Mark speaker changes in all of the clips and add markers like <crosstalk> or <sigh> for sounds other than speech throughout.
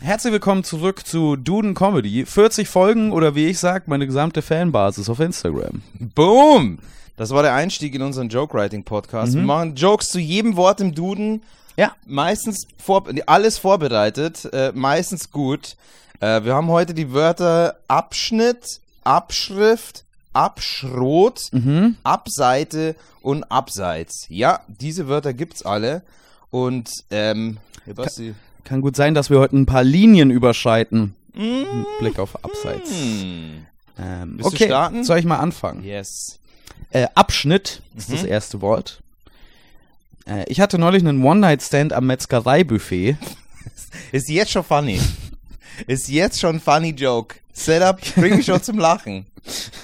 Speaker 1: herzlich willkommen zurück zu Duden Comedy. 40 Folgen oder wie ich sag, meine gesamte Fanbasis auf Instagram.
Speaker 2: Boom! Das war der Einstieg in unseren Joke-Writing-Podcast. Wir machen Jokes zu jedem Wort im Duden.
Speaker 1: Ja.
Speaker 2: Meistens vor, alles vorbereitet, äh, meistens gut. Äh, wir haben heute die Wörter Abschnitt, Abschrift, Abschrot, Abseite und Abseits. Ja, diese Wörter gibt's alle. Und ähm, ja, Basti.
Speaker 1: Kann gut sein, dass wir heute ein paar Linien überschreiten. Mit Blick auf Abseits.
Speaker 2: Hm.
Speaker 1: Ähm,
Speaker 2: Mm. Willst du
Speaker 1: okay,
Speaker 2: starten?
Speaker 1: soll ich mal anfangen?
Speaker 2: Yes.
Speaker 1: Äh, Abschnitt ist
Speaker 2: Mhm.
Speaker 1: das erste Wort. Äh, ich hatte neulich einen One-Night-Stand am Metzgereibuffet.
Speaker 2: Ist jetzt schon funny. <laughs> Ist jetzt schon funny Joke. Setup bring mich schon zum <laughs> Lachen.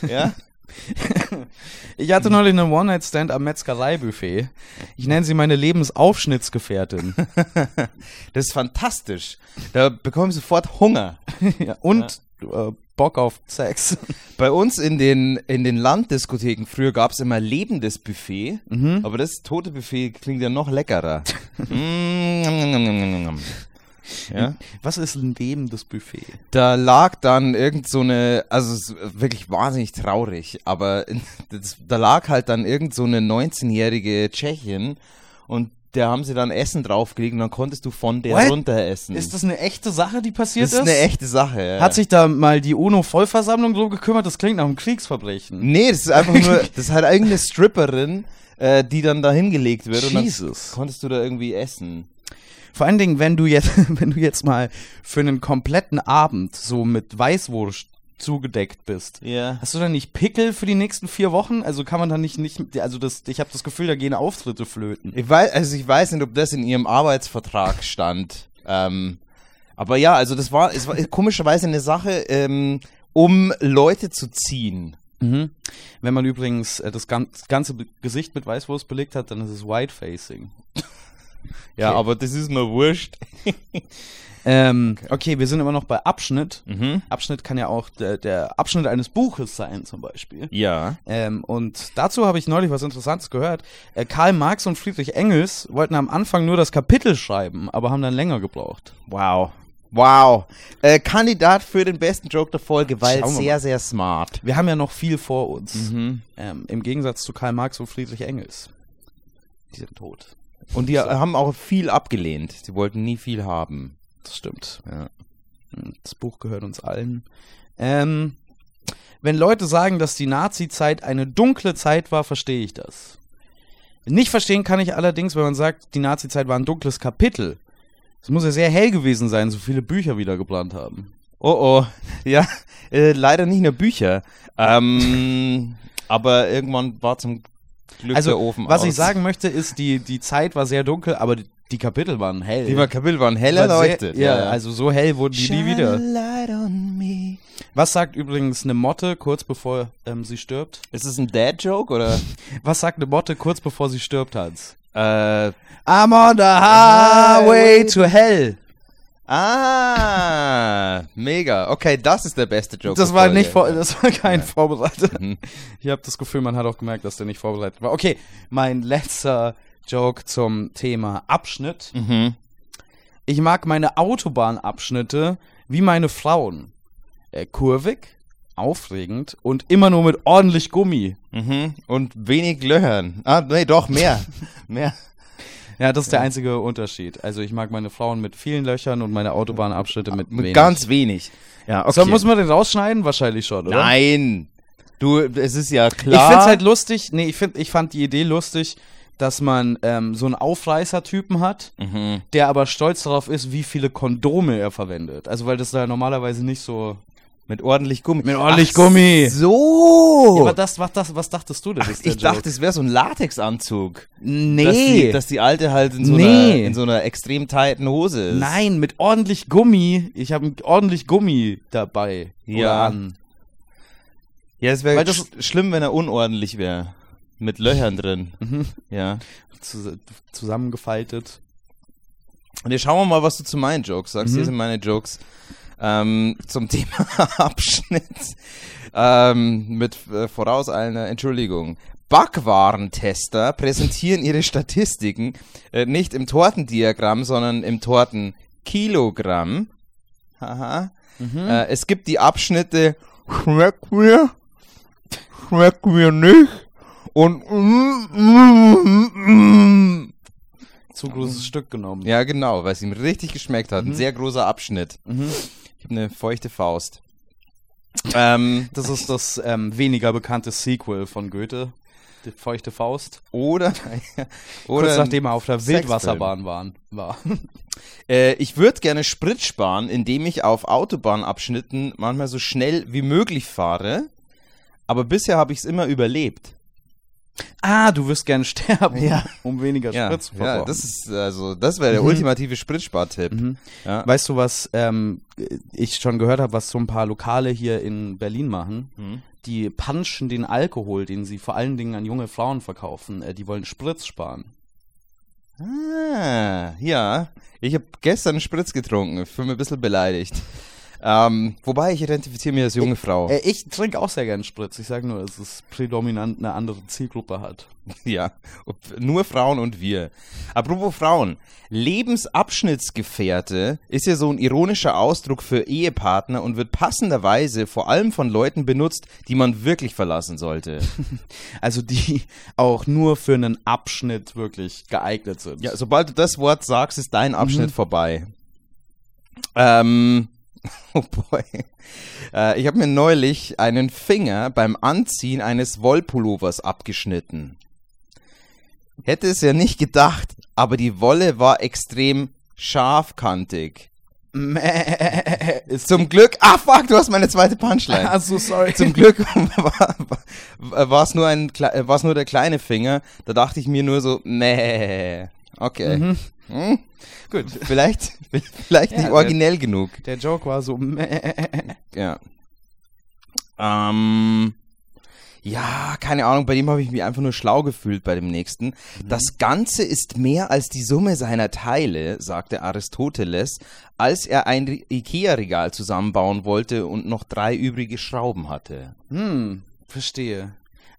Speaker 2: Ja?
Speaker 1: Ich
Speaker 2: Mhm.
Speaker 1: hatte neulich einen One-Night-Stand am Metzgereibuffet. Ich nenne sie meine
Speaker 2: <laughs>
Speaker 1: Lebensaufschnittsgefährtin.
Speaker 2: Das ist fantastisch. Da bekomme ich sofort Hunger.
Speaker 1: ja, und äh, Bock auf Sex. <laughs>
Speaker 2: Bei uns in den, in den Landdiskotheken früher gab es immer lebendes Buffet,
Speaker 1: Mhm.
Speaker 2: aber das tote Buffet klingt ja
Speaker 1: <laughs>
Speaker 2: noch leckerer. Mm. ja?
Speaker 1: Was ist ein lebendes Buffet?
Speaker 2: Da lag dann irgend so eine, also es ist wirklich wahnsinnig traurig, aber das, da lag halt dann irgend so eine 19-jährige Tschechin und da haben sie dann Essen draufgelegt und dann konntest du von der
Speaker 1: What?
Speaker 2: runter essen.
Speaker 1: Ist das eine echte Sache, die passiert
Speaker 2: Hm. Das
Speaker 1: ist?
Speaker 2: ist eine echte Sache.
Speaker 1: Hat sich da mal die UNO-Vollversammlung drum gekümmert? Das klingt nach einem Kriegsverbrechen.
Speaker 2: nee, das ist einfach
Speaker 1: <laughs>
Speaker 2: nur, das ist halt irgendeine Stripperin, äh, die dann da hingelegt wird und
Speaker 1: Jesus.
Speaker 2: dann konntest du da irgendwie essen.
Speaker 1: Vor allen Dingen, wenn du jetzt, <laughs> wenn du jetzt mal für einen kompletten Abend so mit Weißwurst zugedeckt bist.
Speaker 2: Ja.
Speaker 1: Hast du dann nicht Pickel für die nächsten vier Wochen? Also kann man dann nicht, nicht also das, ich habe das Gefühl, da gehen Auftritte flöten.
Speaker 2: Ich weiß, also ich weiß nicht, ob das in ihrem Arbeitsvertrag stand. Ähm, aber ja, also das war, es war komischerweise eine Sache, ähm, um Leute zu ziehen.
Speaker 1: Wenn man übrigens äh, das gan- das ganze Be- Gesicht mit Weißwurst belegt hat, dann ist es Whitefacing.
Speaker 2: Ja,
Speaker 1: Okay.
Speaker 2: aber das ist mir wurscht.
Speaker 1: Ähm, okay, wir sind immer noch bei Abschnitt.
Speaker 2: Mhm.
Speaker 1: Abschnitt kann ja auch der, der Abschnitt eines Buches sein, zum Beispiel.
Speaker 2: Ja.
Speaker 1: Ähm, und dazu habe ich neulich was Interessantes gehört. Äh, Karl Marx und Friedrich Engels wollten am Anfang nur das Kapitel schreiben, aber haben dann länger gebraucht.
Speaker 2: Wow. Wow. Äh, Kandidat für den besten Joke der Folge, weil
Speaker 1: Schauen wir
Speaker 2: sehr, sehr smart.
Speaker 1: Wir haben ja noch viel vor uns.
Speaker 2: Mhm.
Speaker 1: Ähm, Im Gegensatz zu Karl Marx und Friedrich Engels. Die sind tot.
Speaker 2: Und die haben auch viel abgelehnt. Sie wollten nie viel haben.
Speaker 1: Das stimmt.
Speaker 2: Ja.
Speaker 1: Das Buch gehört uns allen. Ähm, wenn Leute sagen, dass die Nazi-Zeit eine dunkle Zeit war, verstehe ich das. Nicht verstehen kann ich allerdings, wenn man sagt, die Nazi-Zeit war ein dunkles Kapitel. Es muss ja sehr hell gewesen sein, so viele Bücher wieder gebrannt haben.
Speaker 2: Oh <laughs> oh. Ja, äh, leider nicht nur Bücher. Ähm, aber irgendwann war zum Glück
Speaker 1: Also,
Speaker 2: der Ofen
Speaker 1: was
Speaker 2: aus.
Speaker 1: ich
Speaker 2: <laughs>
Speaker 1: sagen möchte, ist, die, die Zeit war sehr dunkel, aber die, die Kapitel waren hell.
Speaker 2: Die war Kapitel waren heller
Speaker 1: War sehr-
Speaker 2: leuchtet.
Speaker 1: Ja, also so hell wurden die nie wieder.
Speaker 2: wieder.
Speaker 1: Was sagt übrigens eine Motte kurz bevor ähm, sie stirbt?
Speaker 2: Ist es ein Dad-Joke oder? <laughs>
Speaker 1: Was sagt eine Motte kurz bevor sie stirbt, Hans?
Speaker 2: äh,
Speaker 1: I'm on the highway to hell.
Speaker 2: ah, mega. Okay, das ist der beste Joke.
Speaker 1: Das
Speaker 2: der
Speaker 1: war
Speaker 2: Folge.
Speaker 1: nicht vor, das war kein Vorbereiter. Ich habe das Gefühl, man hat auch gemerkt, dass der nicht vorbereitet war. Okay, mein letzter Joke zum Thema Abschnitt.
Speaker 2: Mhm.
Speaker 1: Ich mag meine Autobahnabschnitte wie meine Frauen. Äh, kurvig, aufregend und immer nur mit ordentlich Gummi.
Speaker 2: Mhm. Und wenig Löchern. Ah, nee,
Speaker 1: <laughs>
Speaker 2: doch, mehr. mehr.
Speaker 1: Ja, das ist der einzige Unterschied. Also ich mag meine Frauen mit vielen Löchern und meine Autobahnabschnitte mit,
Speaker 2: Mit
Speaker 1: wenig.
Speaker 2: ganz wenig. Ja, okay.
Speaker 1: So, muss man den rausschneiden? Wahrscheinlich schon, oder?
Speaker 2: Nein. Du, es ist ja
Speaker 1: Ich
Speaker 2: klar.
Speaker 1: find's halt lustig, nee, ich, find, ich fand die Idee lustig, dass man ähm, so einen Aufreißer-Typen hat,
Speaker 2: Mhm.
Speaker 1: der aber stolz darauf ist, wie viele Kondome er verwendet. Also weil das da normalerweise nicht so...
Speaker 2: Mit ordentlich Gummi.
Speaker 1: Mit ordentlich Gummi.
Speaker 2: So.
Speaker 1: Aber das, was, das, was dachtest du denn? ist der
Speaker 2: Oh. ich dachte, es wäre so ein Latexanzug.
Speaker 1: nee.
Speaker 2: Dass, die, dass die alte halt in so,
Speaker 1: Nee.
Speaker 2: einer, in so einer extrem tighten Hose ist.
Speaker 1: Nein, mit ordentlich Gummi. Ich habe ordentlich Gummi dabei.
Speaker 2: Ja.
Speaker 1: Oder an.
Speaker 2: Ja, es wäre
Speaker 1: Weil das-
Speaker 2: sch schlimm, wenn er unordentlich wäre. Mit Löchern drin.
Speaker 1: Mhm.
Speaker 2: Ja.
Speaker 1: Zus zusammengefaltet.
Speaker 2: Und jetzt schauen wir mal, was du zu meinen Jokes sagst. Hier sind meine Jokes. Ähm, zum <laughs> Thema Abschnitt. Ähm, mit äh, vorauseilender Entschuldigung. Backwaren-Tester präsentieren ihre Statistiken äh, nicht im Tortendiagramm, sondern im Torten. Kilogramm. Haha. Äh, es gibt die Abschnitte schmeckt mir, schmeckt mir nicht und mm, mm, mm.
Speaker 1: Zu großes Stück genommen.
Speaker 2: Oh. ja genau, weil es ihm richtig geschmeckt
Speaker 1: Mhm.
Speaker 2: hat. Ein sehr großer Abschnitt. Ich habe eine feuchte Faust. ähm,
Speaker 1: Das ist das ähm, weniger bekannte Sequel von Goethe. Die feuchte Faust. <laughs>
Speaker 2: oder oder
Speaker 1: Kurz nachdem er auf der
Speaker 2: Sexfilm.
Speaker 1: Wildwasserbahn waren, war. <laughs>
Speaker 2: Äh, ich würde gerne Sprit sparen, indem ich auf Autobahnabschnitten manchmal so schnell wie möglich fahre. Aber bisher habe ich es immer überlebt.
Speaker 1: Ah, du wirst gerne sterben,
Speaker 2: Ja.
Speaker 1: um weniger
Speaker 2: Ja,
Speaker 1: Sprit zu
Speaker 2: ja
Speaker 1: verbrauchen. Mhm.
Speaker 2: das ist also das wäre der ultimative Spritspartipp. Ja.
Speaker 1: weißt du, was ähm, ich schon gehört habe, was so ein paar Lokale hier in Berlin machen?
Speaker 2: Mhm.
Speaker 1: Die punchen den Alkohol, den sie vor allen Dingen an junge Frauen verkaufen. Äh, die wollen Spritz sparen. Mhm.
Speaker 2: Ah, ja. Ich habe gestern einen Spritz getrunken. Ich fühle mich ein bisschen beleidigt. Ähm, wobei ich identifiziere mich als junge Frau.
Speaker 1: Äh, ich trinke auch sehr gerne Spritz. Ich sage nur, dass es prädominant eine andere Zielgruppe hat.
Speaker 2: <laughs> Ja, ob- nur Frauen und wir. Apropos Frauen, Lebensabschnittsgefährte ist ja so ein ironischer Ausdruck für Ehepartner und wird passenderweise vor allem von Leuten benutzt, die man wirklich verlassen sollte.
Speaker 1: Also die <laughs> auch nur für einen Abschnitt wirklich geeignet sind. <laughs>
Speaker 2: Ja, sobald du das Wort sagst, ist dein Abschnitt vorbei. Ähm, <laughs> oh boy. Äh, ich habe mir neulich einen Finger beim Anziehen eines Wollpullovers abgeschnitten. Hätte es ja nicht gedacht, aber die Wolle war extrem scharfkantig.
Speaker 1: Mäh, ist
Speaker 2: Zum Glück. Ah, fuck, du hast meine zweite Punchline.
Speaker 1: Ah, so sorry. <laughs>
Speaker 2: Zum Glück <laughs> war es nur, ein Kle- äh, war's nur der kleine Finger. Da dachte ich mir nur so, nee, okay. Hm? Gut, vielleicht, <laughs> vielleicht
Speaker 1: Ja,
Speaker 2: nicht
Speaker 1: der-
Speaker 2: originell genug.
Speaker 1: Der Joke war so. <laughs> mäh.
Speaker 2: Ja. Ähm, ja, keine Ahnung, bei dem habe ich mich einfach nur schlau gefühlt bei dem nächsten. Das Ganze ist mehr als die Summe seiner Teile, sagte Aristoteles, als er ein Re- Ikea-Regal zusammenbauen wollte und noch drei übrige Schrauben hatte.
Speaker 1: Hm, verstehe.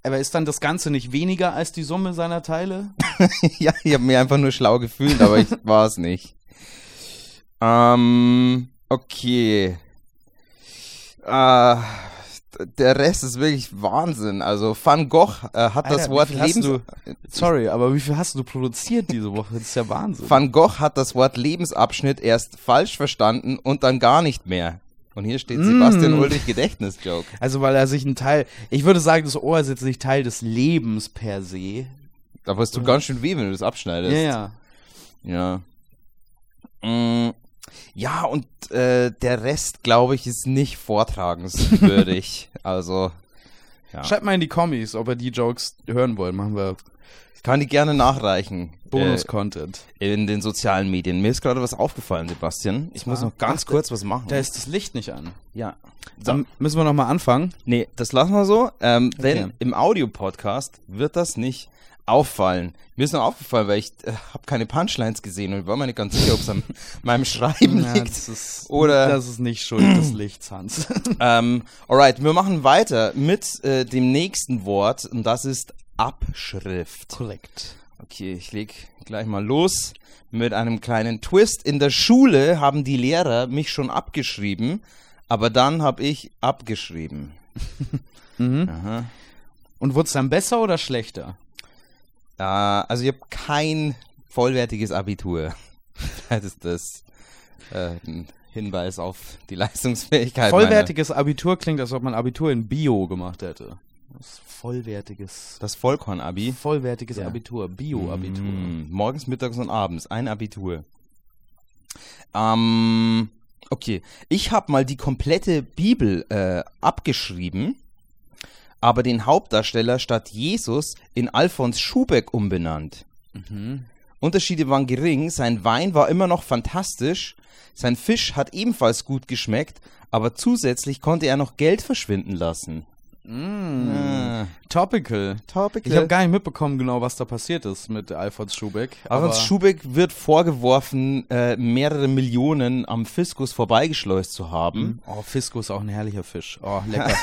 Speaker 1: Aber ist dann das Ganze nicht weniger als die Summe seiner Teile?
Speaker 2: <laughs> ja, ich habe mich einfach nur schlau gefühlt, aber
Speaker 1: <laughs>
Speaker 2: ich war es nicht. Ähm, okay. Äh, der Rest ist wirklich Wahnsinn. Also Van Gogh äh, hat
Speaker 1: Alter,
Speaker 2: das Wort
Speaker 1: wie viel hast
Speaker 2: Lebens
Speaker 1: Sorry, aber wie viel hast du produziert diese Woche? Das ist ja Wahnsinn.
Speaker 2: Van Gogh hat das Wort Lebensabschnitt erst falsch verstanden und dann gar nicht mehr. Und hier
Speaker 1: Mm.
Speaker 2: steht Sebastian Ulrich Gedächtnisjoke.
Speaker 1: <laughs> Also, weil er sich ein Teil. Ich würde sagen, das Ohr ist jetzt nicht Teil des Lebens per se.
Speaker 2: Aber es tut ganz schön weh, wenn du das abschneidest.
Speaker 1: Mm. Ja, ja.
Speaker 2: Ja. Mm, Ja, und äh, der Rest, glaube ich, ist
Speaker 1: <laughs>
Speaker 2: nicht vortragenswürdig. also, Ja.
Speaker 1: Schreibt mal in die Kommis, ob ihr die Jokes hören wollt. Machen wir
Speaker 2: kann die gerne nachreichen.
Speaker 1: Bonus-Content.
Speaker 2: Äh, in den sozialen Medien. Mir ist gerade was aufgefallen, Sebastian. Ich muss
Speaker 1: Ah.
Speaker 2: noch ganz
Speaker 1: Ach,
Speaker 2: kurz was machen.
Speaker 1: Da ist das Licht nicht an.
Speaker 2: ja. So,
Speaker 1: Dann müssen wir nochmal anfangen.
Speaker 2: nee, das lassen wir so, ähm, denn
Speaker 1: Okay.
Speaker 2: im Audio-Podcast wird das nicht auffallen. Mir ist noch aufgefallen, weil ich äh, habe keine Punchlines gesehen und ich war mir nicht ganz sicher, ob es an <laughs> meinem Schreiben
Speaker 1: Ja,
Speaker 2: liegt.
Speaker 1: das ist,
Speaker 2: Oder-
Speaker 1: das ist nicht Schuld des Lichts, <clears throat> Hans.
Speaker 2: Ähm, alright, wir machen weiter mit äh, dem nächsten Wort und das ist Abschrift.
Speaker 1: Korrekt.
Speaker 2: Okay, ich leg gleich mal los mit einem kleinen Twist. In der Schule haben die Lehrer mich schon abgeschrieben, aber dann habe ich abgeschrieben. Aha.
Speaker 1: Und wurde es dann besser oder schlechter?
Speaker 2: Äh, also ich habe kein vollwertiges Abitur. <laughs> Vielleicht ist das äh, ein Hinweis auf die Leistungsfähigkeit.
Speaker 1: Halt
Speaker 2: meiner-
Speaker 1: Vollwertiges Abitur klingt, als ob man Abitur in Bio gemacht hätte. Das vollwertiges.
Speaker 2: Das Vollkorn-Abi.
Speaker 1: Vollwertiges
Speaker 2: Ja.
Speaker 1: Abitur, Bio-Abitur.
Speaker 2: Mm, morgens, mittags und abends. Ein Abitur. Ähm, okay. Ich habe mal die komplette Bibel äh, abgeschrieben, aber den Hauptdarsteller statt Jesus in Alfons Schubeck umbenannt. Unterschiede waren gering, sein Wein war immer noch fantastisch, sein Fisch hat ebenfalls gut geschmeckt, aber zusätzlich konnte er noch Geld verschwinden lassen.
Speaker 1: Mm. Topical.
Speaker 2: Topical.
Speaker 1: Ich habe gar nicht mitbekommen, genau, was da passiert ist mit Alfons Schubeck.
Speaker 2: Aber
Speaker 1: aber-
Speaker 2: uns Schubeck wird vorgeworfen, äh, mehrere Millionen am Fiskus vorbeigeschleust zu haben.
Speaker 1: Oh, Fisco ist auch ein herrlicher Fisch. Oh, <laughs> lecker.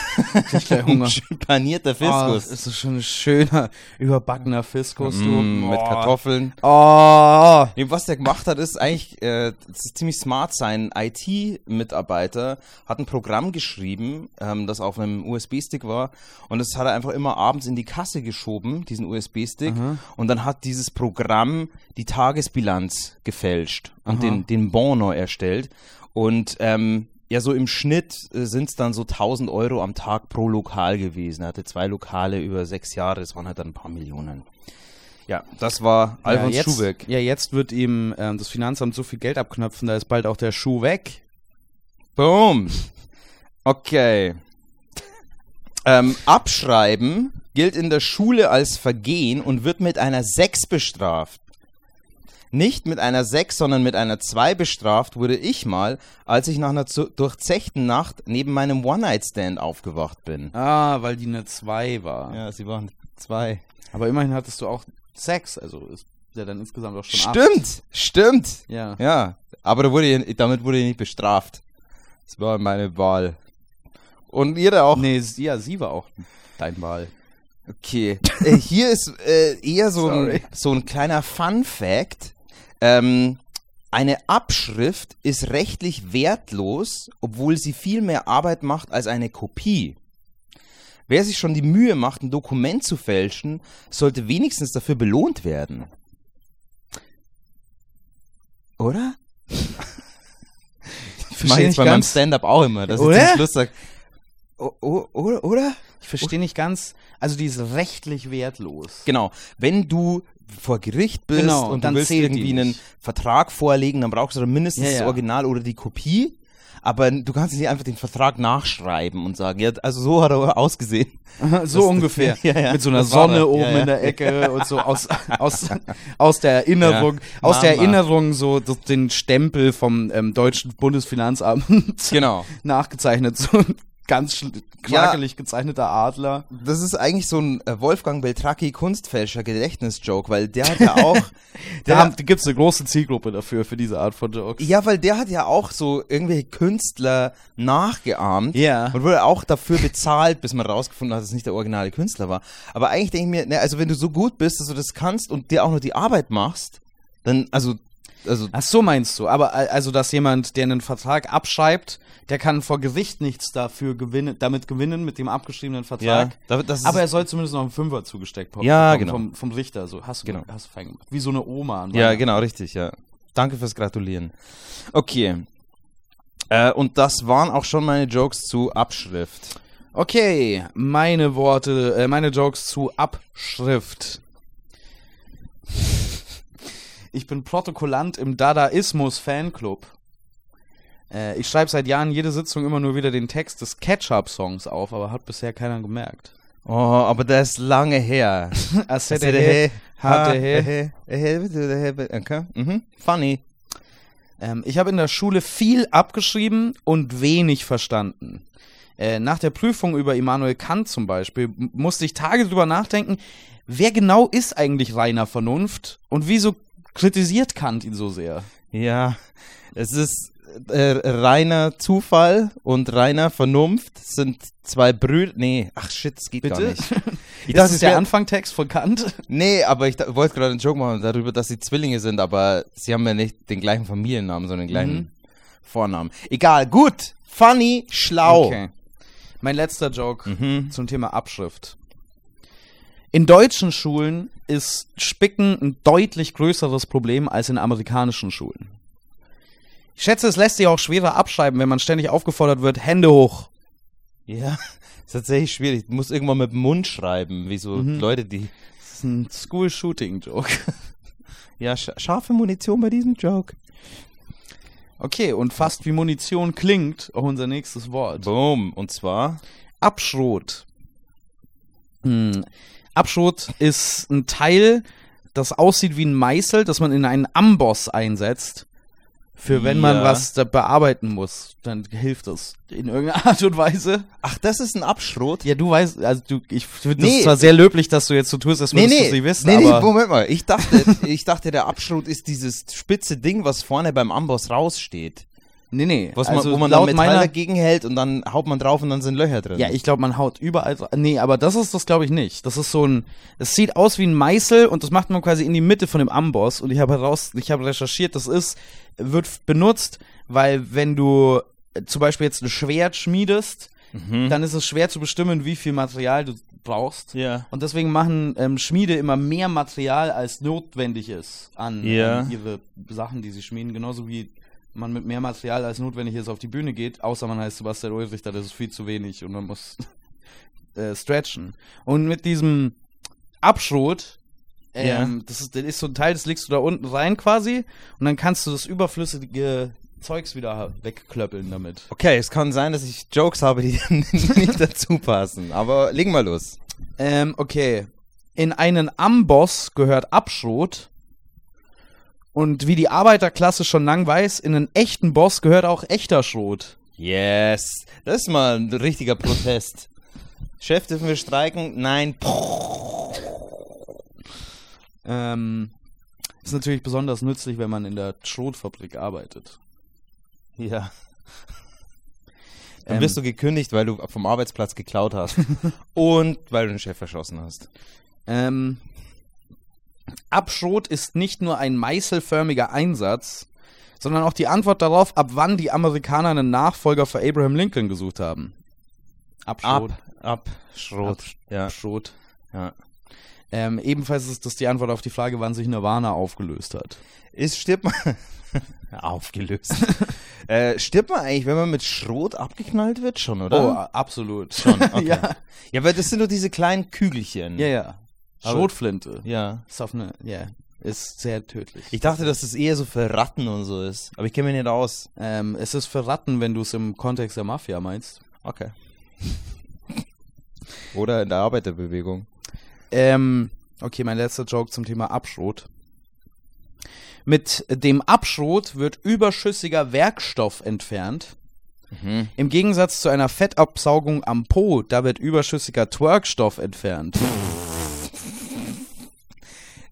Speaker 1: Krieg gleich Hunger.
Speaker 2: Ein <laughs> Panierter
Speaker 1: Oh,
Speaker 2: Fiskus.
Speaker 1: ist das schon ein schöner, überbackener Fiskus, du.
Speaker 2: Mm, mit
Speaker 1: oh.
Speaker 2: Kartoffeln.
Speaker 1: Oh.
Speaker 2: Nee, was der gemacht hat, ist eigentlich äh, das ist ziemlich smart. Sein IT-Mitarbeiter hat ein Programm geschrieben, ähm, das auf einem USB-Stick war. Und das hat er einfach immer abends in die Kasse geschoben, diesen USB-Stick. Und dann hat dieses Programm die Tagesbilanz gefälscht und den, den Bono erstellt. Und ähm, ja, so im Schnitt sind es dann so 1000 Euro am Tag pro Lokal gewesen. Er hatte zwei Lokale über sechs Jahre, das waren halt dann ein paar Millionen. Ja, das war Alfons
Speaker 1: ja, jetzt,
Speaker 2: Schubeck.
Speaker 1: Ja, jetzt wird ihm ähm, das Finanzamt so viel Geld abknöpfen, da ist bald auch der Schuh weg.
Speaker 2: Boom. Okay. Ähm, abschreiben gilt in der Schule als Vergehen und wird mit einer 6 bestraft. Nicht mit einer 6, sondern mit einer 2 bestraft wurde ich mal, als ich nach einer zu- durchzechten Nacht neben meinem One-Night-Stand aufgewacht bin.
Speaker 1: Ah, weil die eine 2 war.
Speaker 2: Ja, sie waren 2.
Speaker 1: Aber immerhin hattest du auch Sex, also ist ja dann insgesamt auch schon acht.
Speaker 2: Stimmt, stimmt.
Speaker 1: Ja.
Speaker 2: Ja, aber da wurde ich, damit wurde ich nicht bestraft. Das war meine Wahl. Und ihre auch.
Speaker 1: Nee, sie, ja, sie war auch dein Wahl. <laughs>
Speaker 2: Okay. äh, hier ist äh, eher so ein,
Speaker 1: Sorry.
Speaker 2: so ein kleiner Fun Fact. Ähm, eine Abschrift ist rechtlich wertlos, obwohl sie viel mehr Arbeit macht als eine Kopie. Wer sich schon die Mühe macht, ein Dokument zu fälschen, sollte wenigstens dafür belohnt werden. Oder? Ich mache jetzt bei meinem Stand-up auch immer, dass ich
Speaker 1: Oder?
Speaker 2: zum Schluss sage, o- o- oder? oder?
Speaker 1: ich verstehe nicht ganz, also die ist rechtlich wertlos.
Speaker 2: Genau. Wenn du vor Gericht bist
Speaker 1: Genau,
Speaker 2: und
Speaker 1: dann
Speaker 2: du willst
Speaker 1: zählt die
Speaker 2: irgendwie einen
Speaker 1: nicht.
Speaker 2: Vertrag vorlegen, dann brauchst du dann mindestens
Speaker 1: Ja, ja.
Speaker 2: das Original oder die Kopie. Aber du kannst nicht einfach den Vertrag nachschreiben und sagen, ja, also so hat er <laughs> ausgesehen.
Speaker 1: Genau,
Speaker 2: <laughs>
Speaker 1: so ungefähr.
Speaker 2: ja, ja,
Speaker 1: Mit so einer
Speaker 2: das war
Speaker 1: Sonne
Speaker 2: das. Ja,
Speaker 1: oben
Speaker 2: ja.
Speaker 1: in der Ecke und so
Speaker 2: <laughs>
Speaker 1: aus, aus, aus der Erinnerung,
Speaker 2: Ja.
Speaker 1: aus der
Speaker 2: Mama.
Speaker 1: Erinnerung so d- den Stempel vom ähm, deutschen Bundesfinanzamt
Speaker 2: Genau.
Speaker 1: <laughs> nachgezeichnet. So ein ganz schl-
Speaker 2: Ja.
Speaker 1: krakelig gezeichneter Adler.
Speaker 2: Das ist eigentlich so ein äh, Wolfgang Beltracchi Kunstfälscher Gedächtnisjoke, weil der
Speaker 1: <laughs>
Speaker 2: hat ja auch,
Speaker 1: Da,
Speaker 2: der
Speaker 1: haben- da gibt es eine große Zielgruppe dafür, für diese Art von Jokes.
Speaker 2: Ja, weil der hat ja auch so irgendwelche Künstler nachgeahmt
Speaker 1: Ja.
Speaker 2: und wurde auch dafür bezahlt, bis man rausgefunden hat, dass es nicht der originale Künstler war. Aber eigentlich denke ich mir, ne, also wenn du so gut bist, dass du das kannst und dir auch noch die Arbeit machst, dann, also, also,
Speaker 1: Ach so meinst du, aber a- also dass jemand, der einen Vertrag abschreibt, der kann vor Gericht nichts dafür gewinnen, damit gewinnen mit dem abgeschriebenen Vertrag.
Speaker 2: da- das ist,
Speaker 1: Aber er soll zumindest noch einen Fünfer zugesteckt bekommen.
Speaker 2: Ja,
Speaker 1: vom-
Speaker 2: genau.
Speaker 1: Vom, vom Richter. So, hast du,
Speaker 2: Genau.
Speaker 1: hast du fein gemacht. Wie so eine Oma. An
Speaker 2: ja,
Speaker 1: Weihnachten.
Speaker 2: genau, richtig, ja. Danke fürs Gratulieren. Okay. Äh, und das waren auch schon meine Jokes zu Abschrift.
Speaker 1: Okay, meine Worte, äh, meine Jokes zu Abschrift. Ich bin Protokollant im Dadaismus-Fanclub. Äh, ich schreibe seit Jahren jede Sitzung immer nur wieder den Text des Ketchup-Songs auf, aber hat bisher keiner gemerkt. <laughs>
Speaker 2: Oh, aber das ist lange <laughs> her.
Speaker 1: Als
Speaker 2: Hätte
Speaker 1: hätte er- hatte er-
Speaker 2: Okay. Mhm. Funny.
Speaker 1: Ähm, ich habe in der Schule viel abgeschrieben und wenig verstanden. Äh, nach der Prüfung über Immanuel Kant zum Beispiel m- musste ich Tage drüber nachdenken, wer genau ist eigentlich reiner Vernunft und wieso kritisiert Kant ihn so sehr?
Speaker 2: Ja, es ist äh, reiner Zufall und reiner Vernunft sind zwei Brüder. Nee, ach shit, das geht gar
Speaker 1: Bitte? <laughs>
Speaker 2: nicht. Ich
Speaker 1: Das
Speaker 2: dachte,
Speaker 1: ist
Speaker 2: es
Speaker 1: der
Speaker 2: wär,
Speaker 1: Anfangtext von Kant.
Speaker 2: nee, aber ich da- wollte gerade einen Joke machen darüber, dass sie Zwillinge sind, aber sie haben ja nicht den gleichen Familiennamen, sondern den gleichen
Speaker 1: Mhm.
Speaker 2: Vornamen. Egal, gut, funny, schlau.
Speaker 1: Mein letzter Joke zum Thema Abschrift. In deutschen Schulen ist Spicken ein deutlich größeres Problem als in amerikanischen Schulen. Ich schätze, es lässt sich auch schwerer abschreiben, wenn man ständig aufgefordert wird, Hände hoch.
Speaker 2: Ja, <laughs> ist tatsächlich schwierig. Du musst irgendwann mit dem Mund schreiben, wie so
Speaker 1: Mhm.
Speaker 2: Leute, die.
Speaker 1: Das ist ein School-Shooting-Joke. <laughs>
Speaker 2: Ja, scha- scharfe Munition bei diesem Joke.
Speaker 1: Okay, und fast wie Munition klingt auch unser nächstes Wort.
Speaker 2: Boom. Und zwar.
Speaker 1: Abschrot. Hm. Abschrot ist ein Teil, das aussieht wie ein Meißel, das man in einen Amboss einsetzt. Für wenn man
Speaker 2: Ja.
Speaker 1: was da bearbeiten muss, dann hilft das in irgendeiner <laughs> Art und Weise.
Speaker 2: Ach, das ist ein Abschrot?
Speaker 1: Ja, du weißt, also du, ich finde das
Speaker 2: Nee.
Speaker 1: zwar sehr löblich, dass du jetzt so tust, als
Speaker 2: Nee,
Speaker 1: würdest
Speaker 2: nee,
Speaker 1: du sie wissen,
Speaker 2: nee, nee,
Speaker 1: aber
Speaker 2: Moment mal. Ich dachte, <laughs> ich dachte, der Abschrot ist dieses spitze Ding, was vorne beim Amboss raussteht.
Speaker 1: nee, nee.
Speaker 2: Was
Speaker 1: also
Speaker 2: man, wo man dann
Speaker 1: laut
Speaker 2: Metall
Speaker 1: meiner,
Speaker 2: dagegen hält und dann haut man drauf und dann sind Löcher drin.
Speaker 1: Ja, ich glaube, man haut überall. dra- Nee, aber das ist das, glaube ich, nicht. Das ist so ein. Es sieht aus wie ein Meißel und das macht man quasi in die Mitte von dem Amboss. Und ich habe heraus, ich habe recherchiert, das ist, wird f- benutzt, weil wenn du äh, zum Beispiel jetzt ein Schwert schmiedest,
Speaker 2: Mhm.
Speaker 1: dann ist es schwer zu bestimmen, wie viel Material du brauchst.
Speaker 2: Ja.
Speaker 1: Und deswegen machen ähm, Schmiede immer mehr Material, als notwendig ist an,
Speaker 2: Ja.
Speaker 1: an ihre Sachen, die sie schmieden. Genauso wie man mit mehr Material, als notwendig ist, auf die Bühne geht. Außer man heißt Sebastian Ulrich, dann ist es viel zu wenig und man muss <laughs> äh, stretchen. Und mit diesem Abschrot, ähm, das, ist, das ist so ein Teil, das legst du da unten rein quasi und dann kannst du das überflüssige Zeugs wieder wegklöppeln damit.
Speaker 2: Okay, es kann sein, dass ich Jokes habe, die <laughs> nicht dazu passen. Aber legen wir los.
Speaker 1: Ähm, okay. In einen Amboss gehört Abschrot. Und wie die Arbeiterklasse schon lang weiß, in einen echten Boss gehört auch echter Schrot.
Speaker 2: Yes. Das ist mal ein richtiger Protest. Chef, dürfen wir streiken? Nein.
Speaker 1: Ähm, ist natürlich besonders nützlich, wenn man in der Schrotfabrik arbeitet.
Speaker 2: Ja. Dann
Speaker 1: Ähm.
Speaker 2: wirst du gekündigt, weil du vom Arbeitsplatz geklaut <laughs> hast. und weil du den Chef verschossen hast.
Speaker 1: Ähm, Abschrot ist nicht nur ein meißelförmiger Einsatz, sondern auch die Antwort darauf, ab wann die Amerikaner einen Nachfolger für Abraham Lincoln gesucht haben. Abschrot.
Speaker 2: Ab, ab, Schrot. Ja.
Speaker 1: Abschrot.
Speaker 2: ja.
Speaker 1: Ähm, ebenfalls ist das die Antwort auf die Frage, wann sich Nirvana aufgelöst hat.
Speaker 2: Ist, stirbt man. <laughs> Aufgelöst. äh, stirbt man eigentlich, wenn man mit Schrot abgeknallt wird? Schon, oder?
Speaker 1: Oh, a- absolut. <laughs> Schon, Hm.
Speaker 2: okay.
Speaker 1: ja.
Speaker 2: Ja, weil das sind nur diese kleinen Kügelchen.
Speaker 1: ja, ja.
Speaker 2: Aber-
Speaker 1: Schrotflinte.
Speaker 2: ja.
Speaker 1: Ist auf eine, ja. Ist sehr tödlich.
Speaker 2: Ich dachte, dass das eher so für Ratten und so ist. Aber ich kenne mich nicht aus.
Speaker 1: ähm, es ist für Ratten, wenn du es im Kontext der Mafia meinst.
Speaker 2: Okay. Oder in der Arbeiterbewegung.
Speaker 1: Ähm, okay, mein letzter Joke zum Thema Abschrot. Mit dem Abschrot wird überschüssiger Werkstoff entfernt. Im Gegensatz zu einer Fettabsaugung am Po, da wird überschüssiger Twerkstoff entfernt.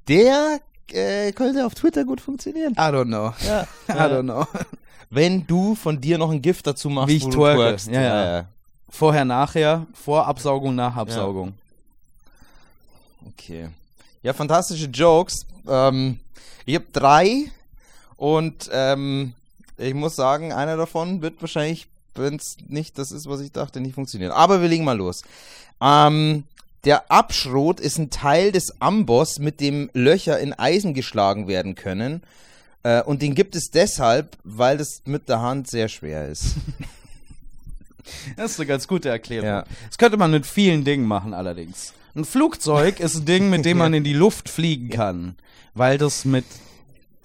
Speaker 2: Der äh, könnte auf Twitter gut funktionieren.
Speaker 1: I don't know.
Speaker 2: Ja.
Speaker 1: <laughs> I don't know.
Speaker 2: Wenn du von dir noch ein Gift dazu machst,
Speaker 1: Wie ich
Speaker 2: wo du
Speaker 1: twerke.
Speaker 2: twerkst.
Speaker 1: Ja, ja. Vorher, nachher, vor Absaugung, nach Absaugung.
Speaker 2: Okay. Ja, fantastische Jokes. Ähm, ich habe drei und ähm, ich muss sagen, einer davon wird wahrscheinlich, wenn es nicht das ist, was ich dachte, nicht funktionieren. Aber wir legen mal los. Ähm, der Abschrot ist ein Teil des Amboss, mit dem Löcher in Eisen geschlagen werden können. Äh, und den gibt es deshalb, weil das mit der Hand sehr schwer ist.
Speaker 1: Das ist eine ganz gute Erklärung.
Speaker 2: Ja.
Speaker 1: Das könnte man mit vielen Dingen machen allerdings. Ein Flugzeug ist ein Ding, mit dem <laughs> man in die Luft fliegen kann, weil das mit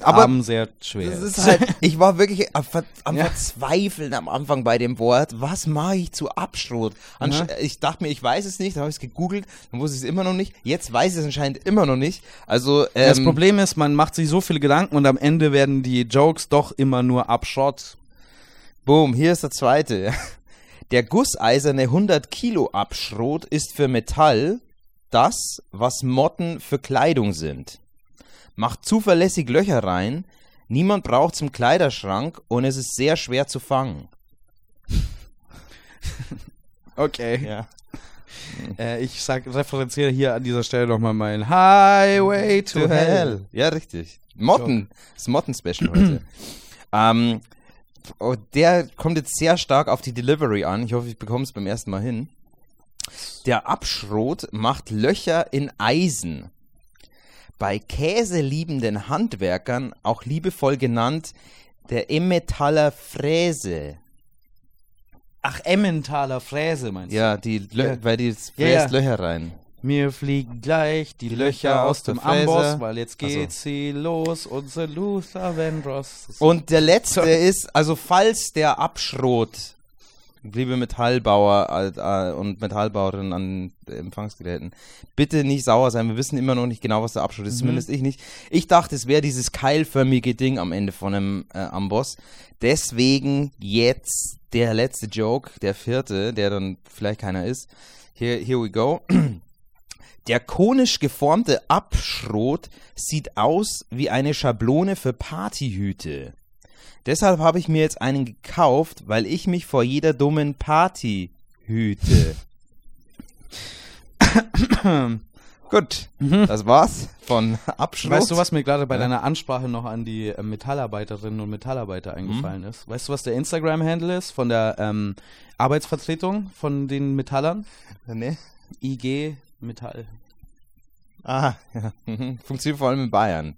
Speaker 2: Aber
Speaker 1: Armen sehr schwer
Speaker 2: Das
Speaker 1: ist.
Speaker 2: ist halt, ich war wirklich am, Ver am
Speaker 1: Ja.
Speaker 2: Verzweifeln am Anfang bei dem Wort. Was mache ich zu Abschrot? Ansch- äh, Ich dachte mir, ich weiß es nicht, dann habe ich es gegoogelt, dann wusste ich es immer noch nicht. Jetzt weiß ich es anscheinend immer noch nicht. Also, ähm,
Speaker 1: das Problem ist, man macht sich so viele Gedanken und am Ende werden die Jokes doch immer nur Abschrott.
Speaker 2: boom, hier ist der zweite. Der gusseiserne 100 Kilo Abschrot ist für Metall das, was Motten für Kleidung sind. Macht zuverlässig Löcher rein, niemand braucht zum Kleiderschrank und es ist sehr schwer zu fangen.
Speaker 1: Okay.
Speaker 2: Ja.
Speaker 1: Äh, ich sag, referenziere hier an dieser Stelle nochmal meinen Highway to,
Speaker 2: to
Speaker 1: hell.
Speaker 2: hell. Ja, richtig. Motten. Das
Speaker 1: <clears throat>
Speaker 2: Motten-Special heute. ähm, oh, der kommt jetzt sehr stark auf die Delivery an. Ich hoffe, ich bekomme es beim ersten Mal hin. Der Abschrot macht Löcher in Eisen. Bei käseliebenden Handwerkern, auch liebevoll genannt, der Emmentaler Fräse.
Speaker 1: Ach, Emmentaler Fräse meinst
Speaker 2: Ja, die Lö
Speaker 1: Ja.
Speaker 2: weil die fräst
Speaker 1: Ja, ja.
Speaker 2: Löcher rein.
Speaker 1: du? Mir fliegen gleich die, Löcher, aus dem
Speaker 2: der Fräse.
Speaker 1: Amboss, weil jetzt
Speaker 2: Ach so.
Speaker 1: geht sie los, unsere Luther Vendros.
Speaker 2: Und der letzte ist, also falls der Abschrot liebe Metallbauer äh, äh, und Metallbauerinnen an Empfangsgeräten, bitte nicht sauer sein. Wir wissen immer noch nicht genau, was der Abschnitt ist. Zumindest ich nicht. Ich dachte, es wäre dieses keilförmige Ding am Ende von einem äh, Amboss. Deswegen jetzt der letzte Joke, der vierte, der dann vielleicht keiner ist. Here, here we go. Der konisch geformte Abschrot sieht aus wie eine Schablone für Partyhüte. Deshalb habe ich mir jetzt einen gekauft, weil ich mich vor jeder dummen Party
Speaker 1: <coughs>
Speaker 2: hüte. Gut, das war's von Abschrot.
Speaker 1: Mhm. Weißt du, was mir gerade bei deiner Ansprache noch an die äh, Metallarbeiterinnen und Metallarbeiter eingefallen ist? Weißt du, was der Instagram-Handle ist von der ähm, Arbeitsvertretung von den Metallern?
Speaker 2: Nee.
Speaker 1: IG Metall.
Speaker 2: Ah, ja. <laughs> Mhm. Funktioniert vor allem in Bayern.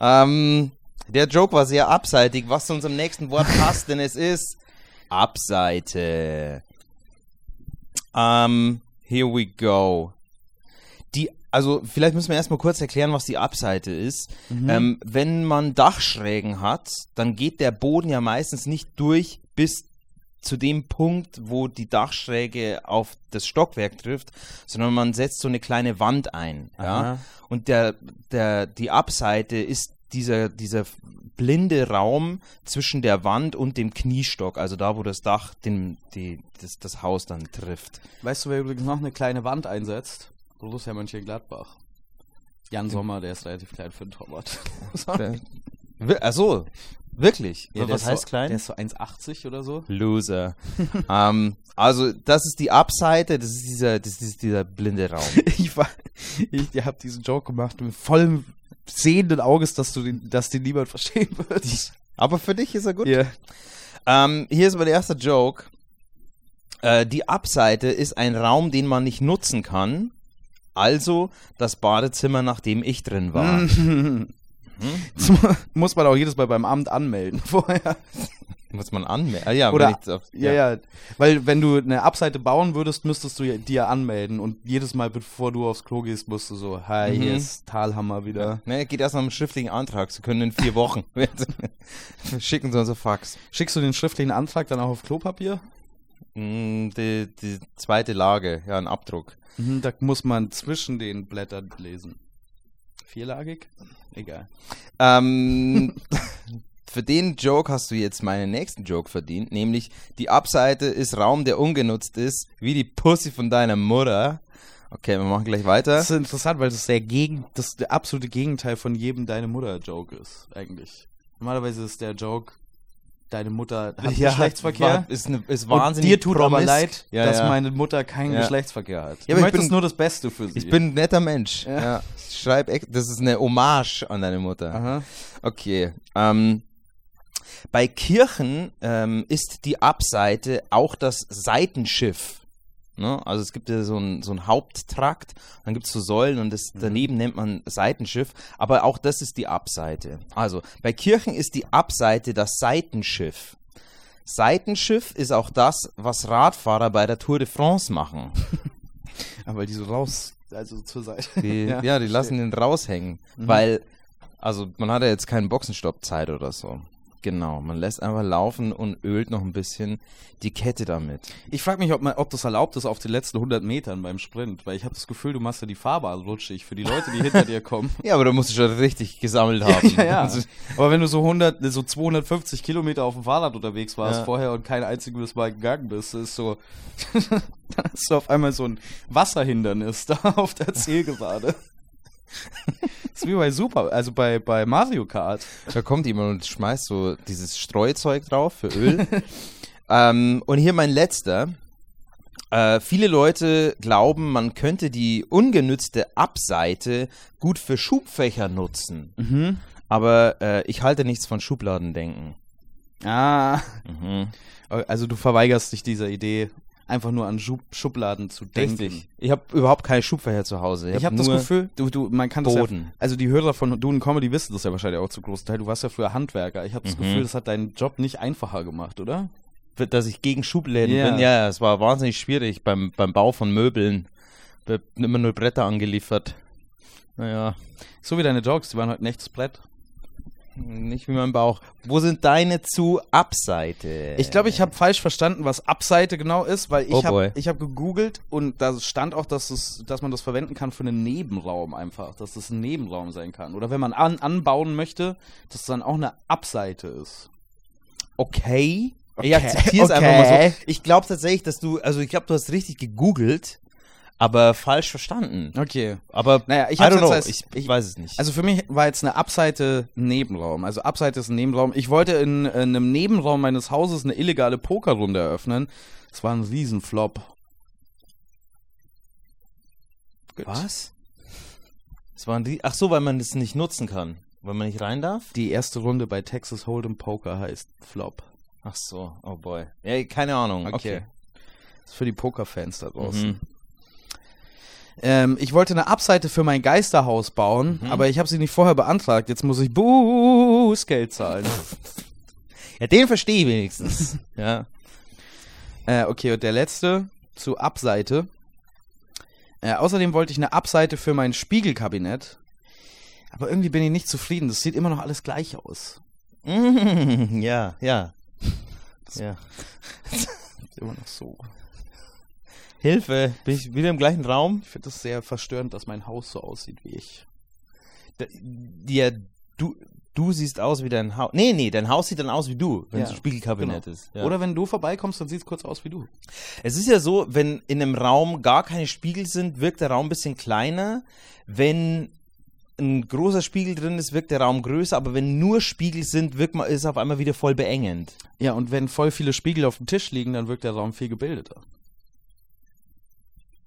Speaker 2: ähm, der Joke war sehr abseitig, was zu unserem nächsten Wort passt, denn es ist Abseite. Ähm, here we go. Die, also vielleicht müssen wir erstmal kurz erklären, was die Abseite ist.
Speaker 1: Mhm.
Speaker 2: Ähm, wenn man Dachschrägen hat, dann geht der Boden ja meistens nicht durch bis zu dem Punkt, wo die Dachschräge auf das Stockwerk trifft, sondern man setzt so eine kleine Wand ein. Ja?
Speaker 1: Aha.
Speaker 2: Und der, der, die Abseite ist dieser, dieser blinde Raum zwischen der Wand und dem Kniestock, also da, wo das Dach den, die, das, das Haus dann trifft.
Speaker 1: Weißt du, wer übrigens noch eine kleine Wand einsetzt? Borussia Mönchengladbach. Jan Sommer, der ist relativ klein für den <laughs> Torwart.
Speaker 2: Achso, also, wirklich. Also
Speaker 1: Ja, der
Speaker 2: Was
Speaker 1: ist
Speaker 2: heißt
Speaker 1: so,
Speaker 2: klein?
Speaker 1: Der ist so 1,80 oder so.
Speaker 2: Loser. ähm, also, das ist die Abseite, das ist dieser, das ist dieser blinde Raum.
Speaker 1: <laughs> Ich, war, ich habe diesen Joke gemacht mit vollem sehenden Auges, dass du den, dass den niemand verstehen wird.
Speaker 2: Aber für dich ist er gut.
Speaker 1: Ja.
Speaker 2: Ähm, hier ist mein erster Joke. Äh, die Abseite ist ein Raum, den man nicht nutzen kann. Also das Badezimmer, nachdem ich drin war.
Speaker 1: Mhm. <laughs> Das mu- muss man auch jedes Mal beim Amt anmelden <laughs> vorher.
Speaker 2: Muss man anmerken. Ah, ja,
Speaker 1: Oder-
Speaker 2: wenn ich auf-
Speaker 1: Ja, ja, Weil wenn du eine Abseite bauen würdest, müsstest du ja- die ja anmelden. Und jedes Mal, bevor du aufs Klo gehst, musst du so, hi, hier
Speaker 2: Mhm.
Speaker 1: ist Talhammer wieder.
Speaker 2: Ne, geht erst nach einem schriftlichen Antrag. Sie können in vier Wochen. <laughs> Schicken Sie uns ein Fax.
Speaker 1: Schickst du den schriftlichen Antrag dann auch auf Klopapier?
Speaker 2: Mm, Die, die zweite Lage, ja, ein Abdruck.
Speaker 1: Mhm, da muss man zwischen den Blättern lesen. Vierlagig? Egal.
Speaker 2: Ähm, <laughs> für den Joke hast du jetzt meinen nächsten Joke verdient, nämlich die Abseite ist Raum, der ungenutzt ist, wie die Pussy von deiner Mutter. Okay, wir machen gleich weiter.
Speaker 1: Das ist interessant, weil das der, Gegen das der absolute Gegenteil von jedem Deine Mutter-Joke ist, eigentlich. Normalerweise ist der Joke, deine Mutter hat Geschlechtsverkehr.
Speaker 2: War, ist, ne, ist
Speaker 1: Und
Speaker 2: wahnsinnig
Speaker 1: dir tut aber
Speaker 2: promis-
Speaker 1: leid,
Speaker 2: ja,
Speaker 1: dass
Speaker 2: ja.
Speaker 1: meine Mutter keinen
Speaker 2: Ja.
Speaker 1: Geschlechtsverkehr hat.
Speaker 2: Ja,
Speaker 1: du
Speaker 2: aber ich
Speaker 1: möchtest
Speaker 2: bin-
Speaker 1: nur das Beste für sie.
Speaker 2: Ich bin ein netter Mensch. Ja.
Speaker 1: Ja.
Speaker 2: Ich Schreib, ex- das ist eine Hommage an deine Mutter.
Speaker 1: Aha.
Speaker 2: Okay. Ähm, bei Kirchen ähm, ist die Abseite auch das Seitenschiff. Ne? Also es gibt ja so einen so einen Haupttrakt, dann gibt es so Säulen und das, daneben nennt man Seitenschiff, aber auch das ist die Abseite. Also bei Kirchen ist die Abseite das Seitenschiff. Seitenschiff ist auch das, was Radfahrer bei der Tour de France machen.
Speaker 1: Aber die so raus, also zur Seite.
Speaker 2: Die, <laughs>
Speaker 1: <laughs>
Speaker 2: ja, die lassen den raushängen. Weil, also man hat ja jetzt keinen Boxenstoppzeit oder so. Genau, man lässt einfach laufen und ölt noch ein bisschen die Kette damit.
Speaker 1: Ich frage mich, ob, man, ob das erlaubt ist auf den letzten 100 Metern beim Sprint, weil ich habe das Gefühl, du machst ja die Fahrbahn rutschig für die Leute, die hinter dir kommen.
Speaker 2: Ja, aber da musst du schon richtig gesammelt <laughs> haben. Also,
Speaker 1: Aber wenn du so 100, so 250 Kilometer auf dem Fahrrad unterwegs warst
Speaker 2: Ja.
Speaker 1: vorher und kein einziges Mal gegangen bist, ist so, <laughs> dann hast du auf einmal so ein Wasserhindernis da <laughs> auf der Zielgerade. Das ist wie bei Super, also bei, bei Mario Kart.
Speaker 2: da kommt jemand und schmeißt so dieses Streuzeug drauf für Öl. ähm, und hier mein letzter. Äh, viele Leute glauben, man könnte die ungenützte Abseite gut für Schubfächer nutzen.
Speaker 1: Mhm.
Speaker 2: Aber äh, ich halte nichts von Schubladendenken.
Speaker 1: Ah,
Speaker 2: Mhm.
Speaker 1: also du verweigerst dich dieser Idee, einfach nur an Schub Schubladen zu denken.
Speaker 2: Richtig. Ich habe überhaupt keine Schubfächer zu Hause.
Speaker 1: Ich habe hab das
Speaker 2: nur-
Speaker 1: Gefühl, du, du, man kann das
Speaker 2: Boden.
Speaker 1: ja, also die Hörer von Duden Comedy wissen das ja wahrscheinlich auch zu großen Teil. Du warst ja früher Handwerker. Ich habe
Speaker 2: Mhm.
Speaker 1: das Gefühl, das hat deinen Job nicht einfacher gemacht, oder?
Speaker 2: dass ich gegen Schubläden
Speaker 1: Ja.
Speaker 2: bin. Ja, ja, es war wahnsinnig schwierig beim, beim Bau von Möbeln. Ich hab immer nur Bretter angeliefert. Naja.
Speaker 1: So wie deine Jokes, die waren heute ein echtes Brett.
Speaker 2: Nicht wie mein Bauch. Wo sind deine zu Abseite?
Speaker 1: Ich glaube, ich habe falsch verstanden, was Abseite genau ist, weil ich
Speaker 2: Äh. Oh boy.
Speaker 1: habe ich hab gegoogelt und da stand auch, dass, es, dass man das verwenden kann für einen Nebenraum einfach, dass das ein Nebenraum sein kann. Oder wenn man an, anbauen möchte, dass es dann auch eine Abseite ist.
Speaker 2: okay.
Speaker 1: Okay,
Speaker 2: Ich akzeptiere es einfach mal
Speaker 1: okay.
Speaker 2: so. Ich glaube tatsächlich, dass du, also ich glaube, du hast richtig gegoogelt, aber falsch verstanden.
Speaker 1: Okay.
Speaker 2: Aber
Speaker 1: Naja, ich
Speaker 2: I
Speaker 1: hab's
Speaker 2: don't
Speaker 1: jetzt
Speaker 2: know.
Speaker 1: als-
Speaker 2: ich,
Speaker 1: ich-
Speaker 2: ich weiß es nicht.
Speaker 1: Also für mich war jetzt eine Abseite ein Nebenraum. Also Abseite ist ein Nebenraum. Ich wollte in, äh, einem Nebenraum meines Hauses eine illegale Pokerrunde eröffnen. Das war ein Riesenflop. Gut.
Speaker 2: was? Es waren die. Ach so, weil man das nicht nutzen kann, weil man nicht rein darf.
Speaker 1: Die erste Runde bei Texas Hold'em Poker heißt Flop.
Speaker 2: Ach so, oh boy. Ja, keine Ahnung. Okay.
Speaker 1: Ist für die Pokerfans da draußen.
Speaker 2: Mhm.
Speaker 1: Ähm, ich wollte eine Abseite für mein Geisterhaus bauen,
Speaker 2: Mhm.
Speaker 1: aber ich habe sie nicht vorher beantragt. Jetzt muss ich Bußgeld zahlen.
Speaker 2: Ja, den verstehe ich wenigstens. <laughs> ja.
Speaker 1: Äh, okay, und der letzte zu Abseite. Äh, außerdem wollte ich eine Abseite für mein Spiegelkabinett. Aber irgendwie bin ich nicht zufrieden. Das sieht immer noch alles gleich aus.
Speaker 2: Mm, ja, ja. Ja.
Speaker 1: Ist immer noch so.
Speaker 2: Hilfe, bin ich wieder im gleichen Raum?
Speaker 1: Ich finde das sehr verstörend, dass mein Haus so aussieht wie ich.
Speaker 2: D- Ja, du, du siehst aus wie dein Haus. Nee, nee, dein Haus sieht dann aus wie du, wenn
Speaker 1: Ja,
Speaker 2: es ein Spiegelkabinett
Speaker 1: genau.
Speaker 2: ist. Ja.
Speaker 1: Oder wenn du vorbeikommst, dann sieht es kurz aus wie du.
Speaker 2: Es ist ja so, wenn in einem Raum gar keine Spiegel sind, wirkt der Raum ein bisschen kleiner. Wenn ein großer Spiegel drin ist, wirkt der Raum größer, aber wenn nur Spiegel sind, wirkt man, ist auf einmal wieder voll beengend.
Speaker 1: Ja, und wenn voll viele Spiegel auf dem Tisch liegen, dann wirkt der Raum viel gebildeter.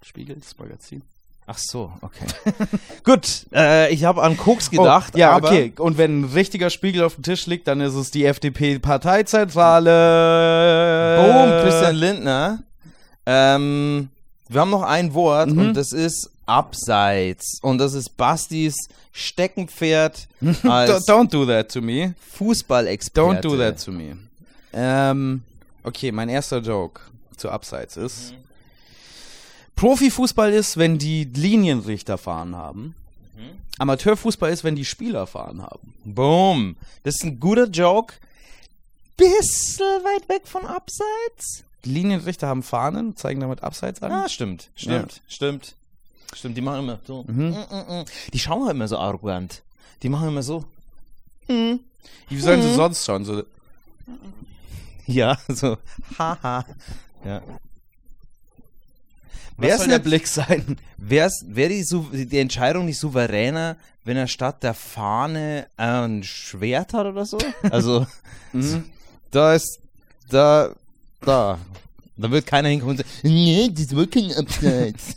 Speaker 1: Spiegel, das Magazin.
Speaker 2: Ach so, okay. <laughs> Gut, äh, ich habe an Koks gedacht,
Speaker 1: oh, ja,
Speaker 2: aber
Speaker 1: okay. Und wenn ein richtiger Spiegel auf dem Tisch liegt, dann ist es die FDP-Parteizentrale.
Speaker 2: Boom, Christian Lindner. Ähm, wir haben noch ein Wort und das ist abseits. Und das ist Bastis <laughs> Steckenpferd als
Speaker 1: Do- Don't do that to me. Don't
Speaker 2: Fußballexperte.
Speaker 1: do that to me. Ähm, okay, mein erster Joke zu Abseits ist:
Speaker 2: Mhm.
Speaker 1: Profifußball ist, wenn die Linienrichter fahren haben.
Speaker 2: Mhm.
Speaker 1: Amateurfußball ist, wenn die Spieler fahren haben.
Speaker 2: Boom. Das ist ein guter Joke. Bissel weit weg von abseits.
Speaker 1: Die Linienrichter haben Fahnen, zeigen damit Abseits an.
Speaker 2: Ah, stimmt, stimmt, stimmt. Stimmt, die machen immer so. Mm, mm, mm. Die schauen halt immer so arrogant. Die machen immer so.
Speaker 1: Wie sollen sie sonst schauen? So,
Speaker 2: Ja, <laughs> so. Haha.
Speaker 1: wer
Speaker 2: Ja. Wer
Speaker 1: soll
Speaker 2: ist
Speaker 1: der
Speaker 2: denn
Speaker 1: Blick sein? <laughs>
Speaker 2: Wär's, wär die, Sou- die Entscheidung nicht souveräner, wenn er statt der Fahne äh, ein Schwert hat oder so? Also, da ist, da, da. Da wird keiner hinkommen und sagen, nee, äh, das wird kein Abseits.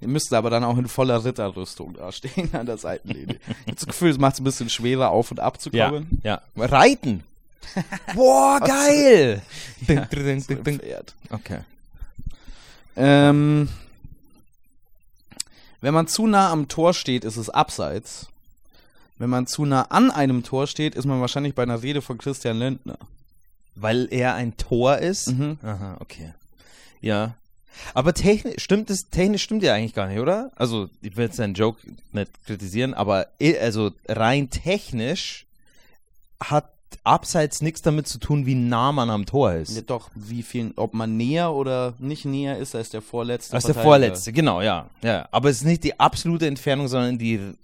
Speaker 1: Ihr müsst aber dann auch in voller Ritterrüstung dastehen an der
Speaker 2: <laughs>
Speaker 1: Seitenlinie. Ich hab das Gefühl, es macht es ein bisschen schwerer, auf und ab zu kommen.
Speaker 2: ja. Reiten. Boah, geil. Ding, ding,
Speaker 1: Mit
Speaker 2: ding,
Speaker 1: dem
Speaker 2: ding.
Speaker 1: Pferd.
Speaker 2: Okay.
Speaker 1: Ähm, wenn man zu nah am Tor steht, ist es abseits. Wenn man zu nah an einem Tor steht, ist man wahrscheinlich bei einer Rede von Christian Lindner.
Speaker 2: Weil er ein Tor ist?
Speaker 1: Mhm.
Speaker 2: Aha, okay. Ja. Aber technisch stimmt es, technisch stimmt ja eigentlich gar nicht, oder? Also, ich will jetzt seinen Joke nicht kritisieren, aber i- also rein technisch hat abseits nichts damit zu tun, wie nah man am Tor ist.
Speaker 1: Ja, doch, wie viel, ob man näher oder nicht näher ist, als der vorletzte.
Speaker 2: Als der
Speaker 1: Verteidiger.
Speaker 2: vorletzte, genau, ja. ja. Aber es ist nicht die absolute Entfernung, sondern die r-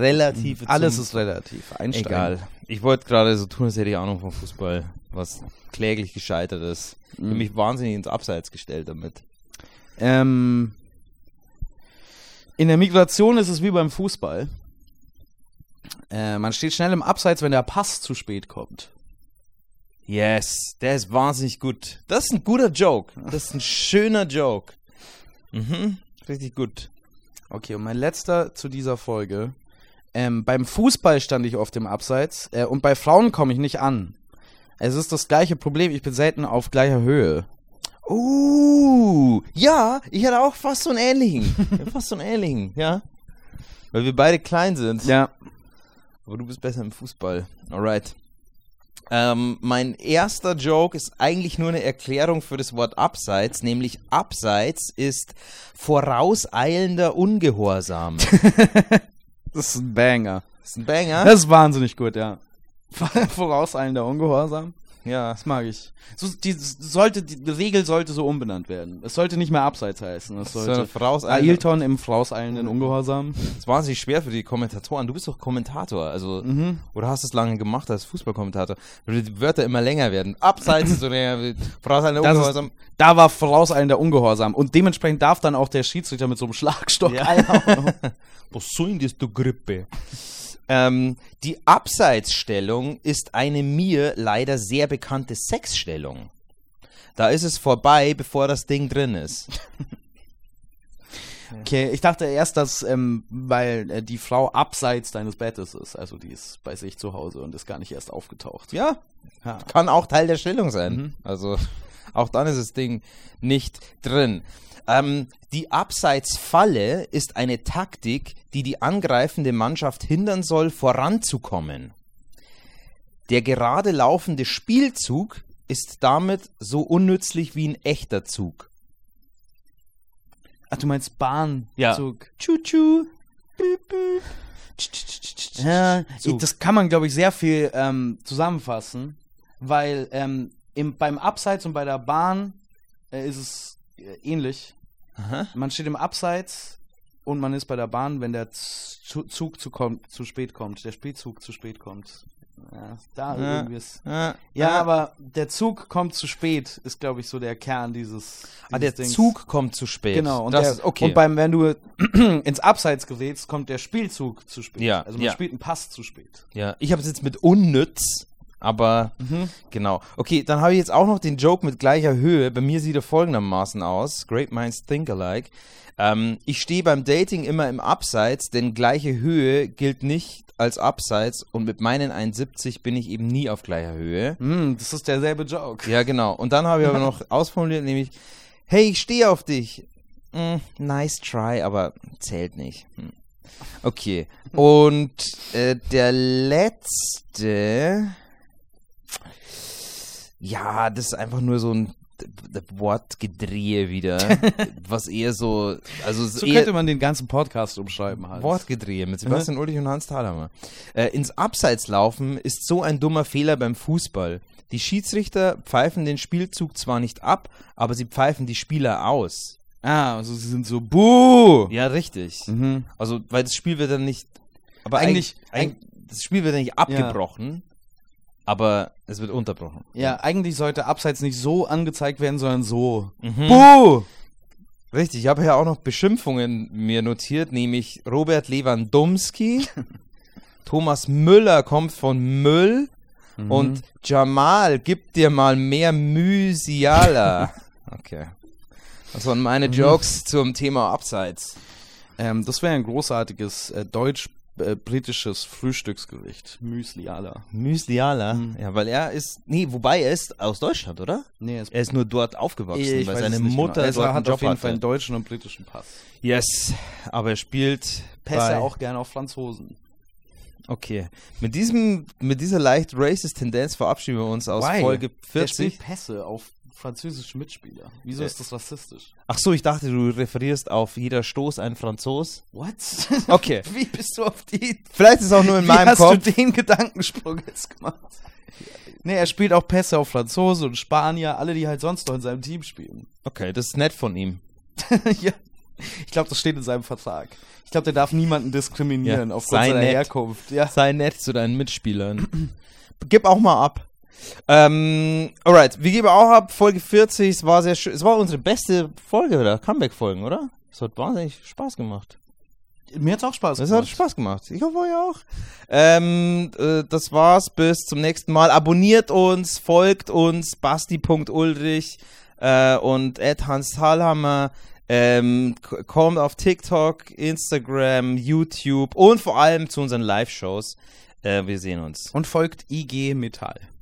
Speaker 2: relative
Speaker 1: Mhm. Alles
Speaker 2: zum-
Speaker 1: ist relativ. Einsteigen.
Speaker 2: Egal. Ich wollte gerade so tun, als hätte ich Ahnung vom Fußball, was kläglich gescheitert ist. Ich
Speaker 1: Mhm.
Speaker 2: habe mich wahnsinnig ins Abseits gestellt damit.
Speaker 1: Ähm, in der Migration ist es wie beim Fußball. Äh, man steht schnell im Abseits, wenn der Pass zu spät kommt.
Speaker 2: Yes, der ist wahnsinnig gut. Das ist ein guter Joke. Das ist ein schöner Joke. Mhm, richtig gut.
Speaker 1: Okay, und mein letzter zu dieser Folge. Ähm, beim Fußball stand ich oft im Abseits äh, und bei Frauen komme ich nicht an. Es ist das gleiche Problem, ich bin selten auf gleicher Höhe.
Speaker 2: Uh, ja, ich hatte auch fast so einen ähnlichen. Ja, fast so einen ähnlichen, ja. Weil wir beide klein sind.
Speaker 1: Ja.
Speaker 2: Aber du bist besser im Fußball. Alright. Ähm, mein erster Joke ist eigentlich nur eine Erklärung für das Wort Abseits, nämlich Abseits ist vorauseilender Ungehorsam.
Speaker 1: Das ist ein Banger.
Speaker 2: ist ein Banger.
Speaker 1: Das ist wahnsinnig gut, ja. <laughs> Vorauseilender Ungehorsam.
Speaker 2: ja.
Speaker 1: Das mag ich. So, die, sollte, die Regel sollte so umbenannt werden. Es sollte nicht mehr abseits heißen. Es
Speaker 2: So eine
Speaker 1: sollte
Speaker 2: Vorauseilende.
Speaker 1: Ailton im vorauseilenden Ungehorsam.
Speaker 2: Das war wahnsinnig schwer für die Kommentatoren. Du bist doch Kommentator, also oder hast es lange gemacht als Fußballkommentator, weil die Wörter immer länger werden. Abseits ist so <laughs> länger, vorauseilender
Speaker 1: Das ist,
Speaker 2: Ungehorsam.
Speaker 1: da war vorauseilender Ungehorsam. Und dementsprechend darf dann auch der Schiedsrichter mit so einem Schlagstock
Speaker 2: Ja.
Speaker 1: <laughs> einhauen.
Speaker 2: Was soll das, du Grippe? Ähm, die Abseitsstellung ist eine mir leider sehr bekannte Sexstellung. Da ist es vorbei, bevor das Ding drin ist.
Speaker 1: Okay, ich dachte erst, dass, ähm, weil äh, die Frau abseits deines Bettes ist. Also die ist bei sich zu Hause und ist gar nicht erst aufgetaucht.
Speaker 2: Ja,
Speaker 1: Ja.
Speaker 2: kann auch Teil der Stellung sein.
Speaker 1: Mhm.
Speaker 2: Also <laughs> auch dann ist das Ding nicht drin. Ähm, die Abseitsfalle ist eine Taktik, die die angreifende Mannschaft hindern soll, voranzukommen. Der gerade laufende Spielzug ist damit so unnützlich wie ein echter Zug.
Speaker 1: Ach, du meinst Bahnzug.
Speaker 2: Ja.
Speaker 1: Tschu-tschu. Ja,
Speaker 2: Zug.
Speaker 1: das kann man, glaube ich, sehr viel ähm, zusammenfassen, weil ähm, im, beim Abseits und bei der Bahn äh, ist es äh, ähnlich.
Speaker 2: Aha.
Speaker 1: Man steht im Abseits und man ist bei der Bahn, wenn der Zu- Zug zu, kommt, zu spät kommt, der Spielzug zu spät kommt. Ja, da
Speaker 2: Ja.
Speaker 1: irgendwie ist.
Speaker 2: Ja,
Speaker 1: Ja,
Speaker 2: aber
Speaker 1: aber der Zug kommt zu spät, ist, glaube ich, so der Kern dieses. dieses
Speaker 2: ah, der
Speaker 1: Dings.
Speaker 2: Zug kommt zu spät.
Speaker 1: Genau, und,
Speaker 2: das
Speaker 1: der,
Speaker 2: ist okay.
Speaker 1: und beim, wenn du <clears throat> ins Abseits gerätst, kommt der Spielzug zu spät.
Speaker 2: Ja,
Speaker 1: also man
Speaker 2: ja.
Speaker 1: spielt einen Pass zu spät.
Speaker 2: Ja, ich habe es jetzt mit unnütz, aber genau. Okay, dann habe ich jetzt auch noch den Joke mit gleicher Höhe. Bei mir sieht er folgendermaßen aus: Great minds think alike. Ähm, ich stehe beim Dating immer im Abseits, denn gleiche Höhe gilt nicht als Abseits und mit meinen 1,70 bin ich eben nie auf gleicher Höhe.
Speaker 1: Hm, das ist derselbe Joke.
Speaker 2: Ja, genau. Und dann habe ich aber
Speaker 1: <laughs>
Speaker 2: noch ausformuliert, nämlich: Hey, ich stehe auf dich. Mm, nice try, aber zählt nicht. Hm. Okay. Und äh, der letzte. Ja, das ist einfach nur so ein d- d-
Speaker 1: <laughs>
Speaker 2: Wortgedrehe wieder. was eher so. Also es ist
Speaker 1: So
Speaker 2: eher
Speaker 1: könnte man den ganzen Podcast umschreiben halt.
Speaker 2: Wortgedrehe mit Sebastian Ulrich und Hans Thalhammer. Äh, ins Abseits laufen ist so ein dummer Fehler beim Fußball. Die Schiedsrichter pfeifen den Spielzug zwar nicht ab, aber sie pfeifen die Spieler aus.
Speaker 1: Ah, also sie sind so buh.
Speaker 2: Ja, richtig.
Speaker 1: Mhm.
Speaker 2: Also, weil das Spiel wird dann nicht. Aber
Speaker 1: Eigentlich-
Speaker 2: eigentlich. eigentlich das Spiel wird dann nicht abgebrochen, aber es wird unterbrochen.
Speaker 1: Ja, eigentlich sollte Abseits nicht so angezeigt werden, sondern so.
Speaker 2: Mhm.
Speaker 1: Buh!
Speaker 2: Richtig, ich habe hier auch noch Beschimpfungen mir notiert, nämlich Robert <laughs> Lewandowski, Thomas Müller kommt von Müll und Jamal, gib dir mal mehr Müsiala. <laughs> Mhm. okay. Das waren meine Jokes zum Thema Abseits.
Speaker 1: Ähm, das wäre ein großartiges äh, deutsch-britisches Frühstücksgericht. Müsli aller.
Speaker 2: Müsliala? Mhm. Ja, weil er ist, nee, wobei er ist aus Deutschland, oder?
Speaker 1: Nee, es
Speaker 2: Er ist nur dort aufgewachsen, weil seine Mutter
Speaker 1: genau.
Speaker 2: dort
Speaker 1: Er
Speaker 2: einen
Speaker 1: hat
Speaker 2: Job
Speaker 1: auf jeden
Speaker 2: hatte.
Speaker 1: Fall einen deutschen und britischen Pass.
Speaker 2: yes, aber er spielt
Speaker 1: Pässe
Speaker 2: bei
Speaker 1: auch gerne auf Franzosen.
Speaker 2: Okay. Mit, diesem, mit dieser leicht racist Tendenz verabschieden wir uns aus
Speaker 1: Why?
Speaker 2: Folge
Speaker 1: Der spielt
Speaker 2: 40.
Speaker 1: Pässe auf französische Mitspieler. Wieso
Speaker 2: Äh.
Speaker 1: ist das rassistisch?
Speaker 2: Ach so, ich dachte, du referierst auf jeder Stoß ein Franzos.
Speaker 1: <laughs> What?
Speaker 2: Okay. <laughs>
Speaker 1: Wie bist du auf die
Speaker 2: Vielleicht ist es auch nur in
Speaker 1: Wie
Speaker 2: meinem
Speaker 1: hast
Speaker 2: Kopf.
Speaker 1: du den Gedankensprung jetzt gemacht? Nee, er spielt auch Pässe auf Franzose und Spanier, alle, die halt sonst noch in seinem Team spielen. <laughs>
Speaker 2: Okay, das ist nett von ihm.
Speaker 1: ja. Ich glaube, das steht in seinem Vertrag. Ich glaube, der darf niemanden diskriminieren
Speaker 2: Ja,
Speaker 1: aufgrund
Speaker 2: sei
Speaker 1: seiner
Speaker 2: nett.
Speaker 1: Herkunft. Ja.
Speaker 2: Sei nett zu deinen Mitspielern. <clears throat> Gib auch mal ab. Ähm, alright, wir geben auch ab. Folge 40, es war sehr schön. Es war unsere beste Folge oder Comeback-Folgen, oder? Es hat wahnsinnig Spaß gemacht.
Speaker 1: Mir hat's auch Spaß
Speaker 2: Es hat Spaß gemacht. Ich hoffe, ihr auch. Ähm, äh, das war's. Bis zum nächsten Mal. Abonniert uns, folgt uns, basti.ulrich äh, und Ed Hans Thalhammer. Ähm, k- kommt auf TikTok, Instagram, YouTube und vor allem zu unseren Live-Shows. Äh, wir sehen uns.
Speaker 1: Und folgt IG Metall.